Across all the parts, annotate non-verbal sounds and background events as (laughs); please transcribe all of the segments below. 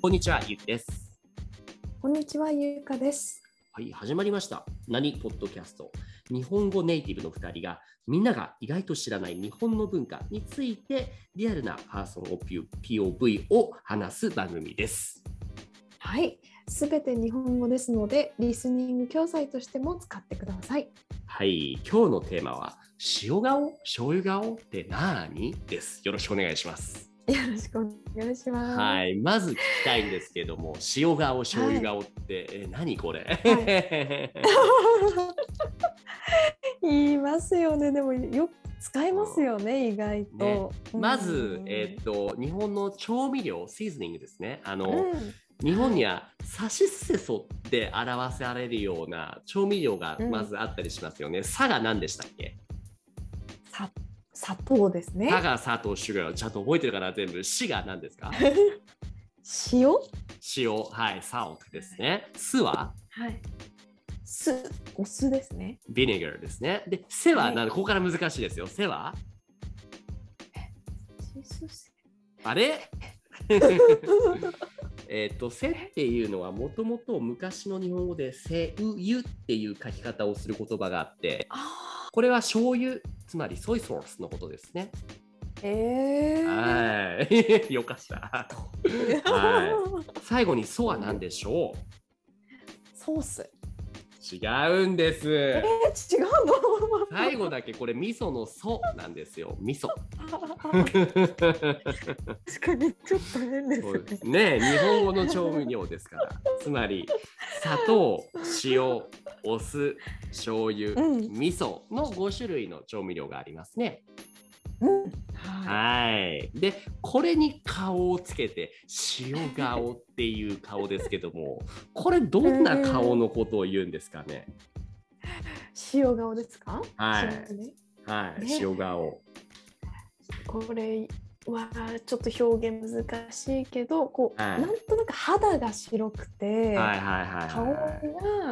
こんにちは、ゆうきです。こんにちは、ゆうかです。はい、始まりました。何ポッドキャスト。日本語ネイティブの2人が、みんなが意外と知らない日本の文化について、リアルなパーソンオピュ POV を話す番組です。はい、すべて日本語ですので、リスニング教材としても使ってください。はい、今日のテーマは、塩顔醤油顔って何です。よろしくお願いします。よろしくお願いします。はい、まず聞きたいんですけども、塩顔、醤油顔って、え何これ、言いますよね、でもよく使いますよね、意外と。ねう (laughs) んまず、えっ、と、日本の調味料、シーズニングですね。あの、うん日本にはサシセソって表されるような調味料がまずあったりしますよね。サが何でしたっけさ砂糖ですね。サが砂糖、シュガー、ちゃんと覚えてるかな全部。シが何 (laughs) ですか塩。塩、はい、サオですね。酢ははい。酢、お酢ですね。ビネガーですね。で、セはは何いここから難しいですよ。セは酢酢あれえっと、せっていうのはもともと昔の日本語でせうゆっていう書き方をする言葉があって、あこれは醤油、つまりソイソースのことですね。ー (laughs) えー。はい。 (laughs) よかった。は最後にソは何でしょう (laughs) ソース。違うんですえ。ー、違うの。 (laughs) 最後だけこれ味噌のソなんですよ。味噌。 (laughs) 確かにちょっと変ですそうでねす。ね日本語の調味料ですから。つまり砂糖、塩、お酢、醤油、うん、味噌の5種類の調味料がありますね。うん、はい。で、これに顔をつけて、塩顔っていう顔ですけども、これどんな顔のことを言うんですかね。塩顔ですか。はい塩ですねはい、ね塩顔。これはちょっと表現難しいけど、こう、はいなんとなく肌が白くて。はいはいはい顔は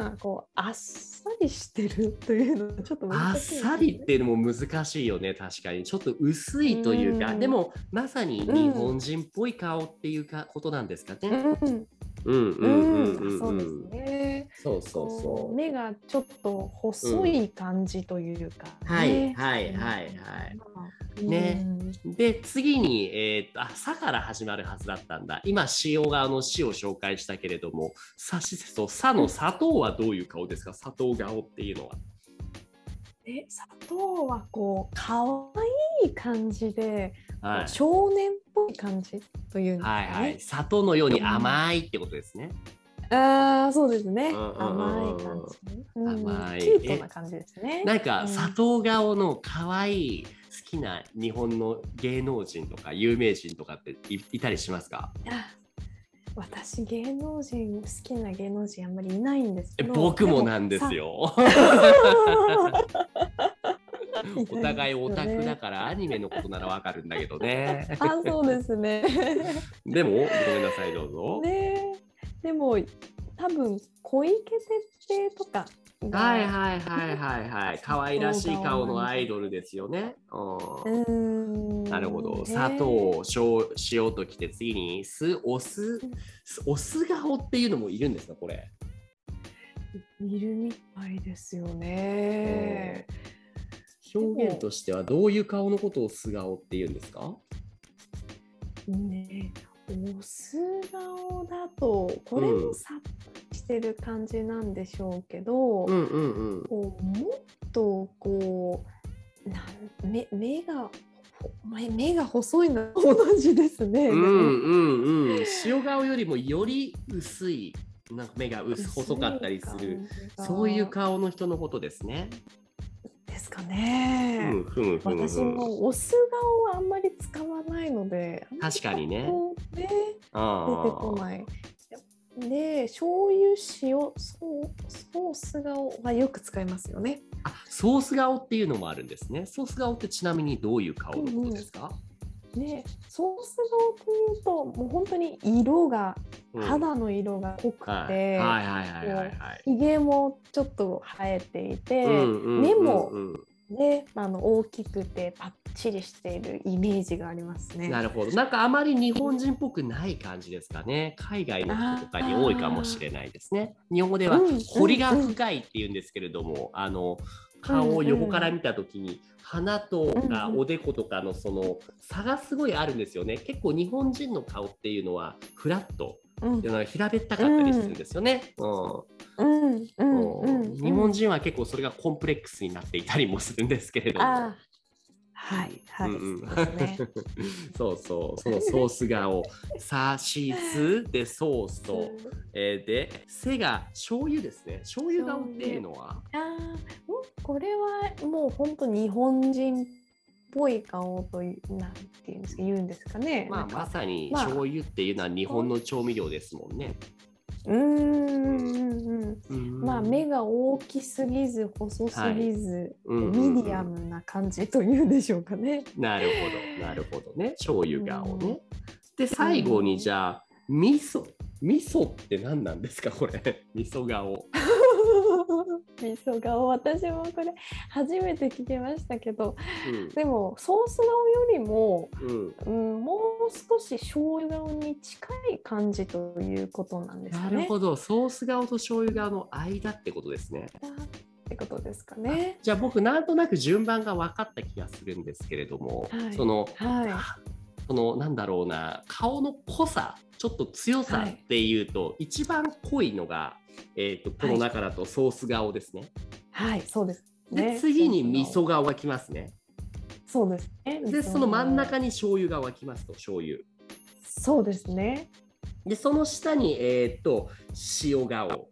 がい。こうあっさりしてるというのはちょっとあ難っしい、さりっていうのも難しいよね確かにちょっと薄いというか、うんでもまさに日本人っぽい顔っていうか、ことなんですかうね。ん、うんううんん、うんうんそううですん。ね。そうそうこそう目がちょっと細い感じというか、う。はいねはいはいはい。まあねうんで次に、えー、とあ「さ」から始まるはずだったんだ今塩側の「し」を紹介したけれども「さしせそ」「さ」の「砂糖」はどういう顔ですか砂糖顔っていうのは。え砂糖はこう可愛い感じで、はい少年っぽい感じというんですかはいね。はい、砂糖のように甘いってことですね。ああそうですね。うんうんうんうん甘い感じ、うん甘いキュートな感じですね。なんかうん砂糖顔の可愛い好きな日本の芸能人とか有名人とかっていいたりしますかあ私芸能人好きな芸能人あんまりいないんですえけど。僕もなんですよ。でも。 (laughs) お互いオタクだかからアニメのことならわかるんだけどね。 (laughs) あそうですね。でもごめんなさいどうぞ。ねでも多分小池徹平とかが。はいはいはいはいはい。可愛らしい顔のアイドルですよね。うんうーんなるほど。ね砂糖、塩塩ときて次に酢、お酢、お酢顔っていうのもいるんですかこれ。いるみたいですよね。表現としてはどういう顔のことを酢顔って言うんですかねお酢顔だとこれもさっぱりしてる感じなんでしょうけど、うんうんうん。こうもっとこうなん目目がほ目目が細いのと同じですね。うんうんうん。塩顔よりもより薄い、なんか目が薄細かったりする。そういう感顔の人のことですね。じですかうね。ん、ふむふむ私ふむ。もお酢顔はあんまり使わないので確かにねこうね出てこあない。で、醤油、塩、ソーソースがはよく使いますよね。ああソース顔っていうのもあるんですね。ソース顔ってちなみにどういう顔のことですか、で、ソース顔というと、もう本当に色が、うん肌の色が濃くはいて、はいはいはいはいはい。ひげもちょっと生えていて、うんうんうんうん目もね、あの大きくてパッチリしているイメージがありますね。なるほど。なんかあまり日本人っぽくない感じですかね。海外の人とかに多いかもしれないですね。日本語ではうんうん彫りが深いっていうんですけれども、あの顔を横から見た時に鼻とかうんうんおでことかのその差がすごいあるんですよね。結構日本人の顔っていうのはフラット、うんあの平べったかったりするんですよね。うん。うんうんううんん日本人は結構それがコンプレックスになっていたりもするんですけれども。あーはいはい、うんうんそうです (laughs) ね。そうそう、そのソース顔、さしつでソースと、えーで、せが醤油ですね。醤油顔っていうのは。あーもうこれはもう本当日本人っぽい顔というなんていうんですか言うんですかね。まなあ、んまかさにまあ醤油っていうのは日本の調味料ですもんね。うーんうんうん。まあ目がが大きすぎず細すぎず、ミミディア。ムな感じというんでしょうかね。 (laughs) なるほど、なるほどね。醤油顔ね。で、最後にじゃあ、味噌。味噌って何なんですか、これ。 (laughs) 味噌顔。味噌顔私もこれ初めて聞きましたけどうんでもソース顔よりも、うんうん、もう少し醤油顔に近い感じということなんですなかるね。ほど、ソース顔と醤油顔の間ってことですね。ってことですかね。じゃあ僕なんとなく順番が分かった気がするんですけれども、はいそのはそのなんだろうな顔の濃さちょっと強さっていうと、一番濃いのが、えー、とこの中だとソース顔ですね。い、はい、そうです、で次に味ソース噌顔がきますね。顔。そうですね。味で噌その真ん中に醤油顔がきますと醤油。そうですね。でその下に、えー、と塩顔。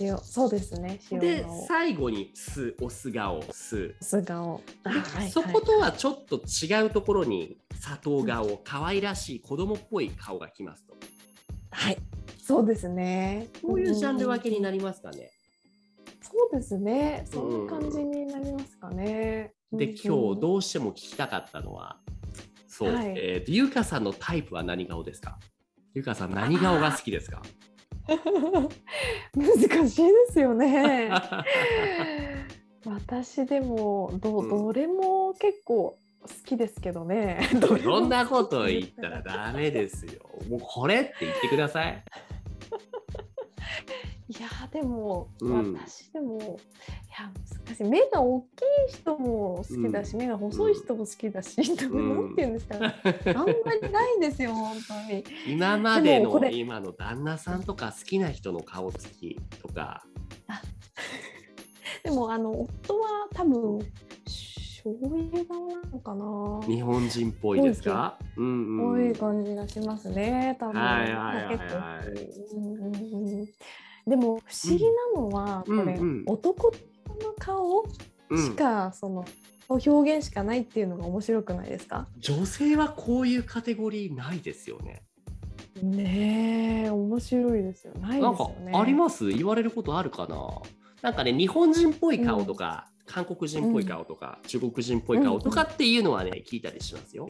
塩、そうですね。塩で顔。最後に酢お酢顔酢。素顔。あではいそことはちょっと違うところに砂糖顔可愛らしい子供っぽい顔がきますとはい、そうですね。こういうジャンル分けになり。りますかね。そうですね。うんそんな感じになりますかね。でうん今日どうしても聞きたかったのはそう、はいえーとゆうかさんのタイプは何顔ですかゆうかさん何顔が好き (laughs) ですか (laughs) 難しいです (laughs) よね。う私でもどうんうどれも結構好きですけど (laughs) ね。んそんなこと言ったらダメですよ。もうこれって言ってください。いやーでも、うん私でもいや難しい目が大きい人も好きだし、目が細い人も好きだし、でもなんて言うんですかね、あんまりないんですよ本当に。今ま (laughs) ででもこのれ今の旦那さんとか好きな人の顔つきとかでもあの夫は多分醤油顔なのかな。日本人っぽいですか。うんこううんいう感じがしますね。多分はいはいはいはいまあ結構うんうんうんでも不思議なのは、うんこれ、うんうん男の顔しか、その表現しかないっていうのが面白くないですか？うん、女性はこういうカテゴリーないですよね。ねえ面白いですよ。ないでなんすかよね。あります言われることあるかななんかね日本人っぽい顔とか、韓国人っぽい顔とか、中国人っぽい顔とかっていうのはね聞いたりしますよ。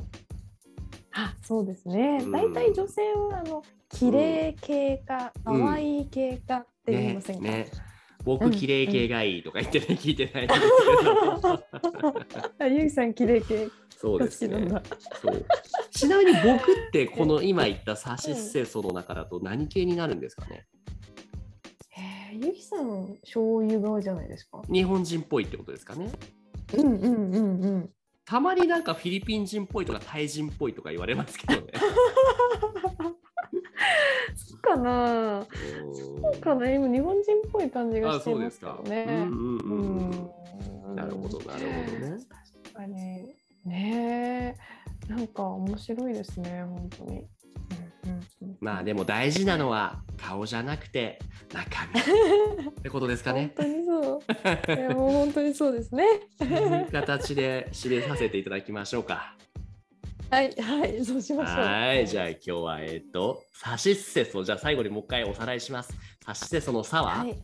あそうですね。うんだいたい女性はあの綺麗系かうん可愛い系かって言いませんか？ねねう僕ん綺麗系がいいとか言ってね聞いてないんですけ (laughs) どあ (laughs) ゆうきさん綺麗系そうが好ですきなんねだ。そうちなみに僕ってこの今言ったサシスセソの中だと何系になるんですかねえーゆきさん醤油顔じゃないですか？日本人っぽいってことですかねうんうんうんうん。たまになんかフィリピン人っぽいとかタイ人っぽいとか言われますけどね。そうかな。そうかな。今日本人っぽい感じがあ、してそうでますすけどか。ねう。んうんうんうん。うんなるほど、なるほどね。確かにねえなんか面白いですね本当に。うんうんうんまあでも大事なのは顔じゃなくて中身ってことですかね。本当にそう。いやもう本当にそうですね。という形で締めさせていただきましょうか。はいはいそうしましょう。はい、じゃあ今日はえっ、と、サシッセソ、じゃあ最後にもう一回おさらいします。サシッセソのサは、は、はいい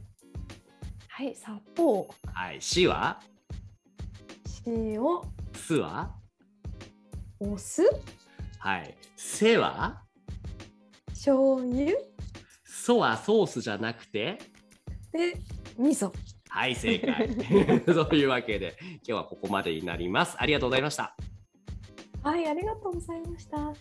はい砂糖シは、塩スは、お酢はい、セは、醤油ソはソースじゃなくて、で味噌。はい、正解。 (laughs) そういうわけで、今日はここまでになります。ありがとうございました。はい、ありがとうございました。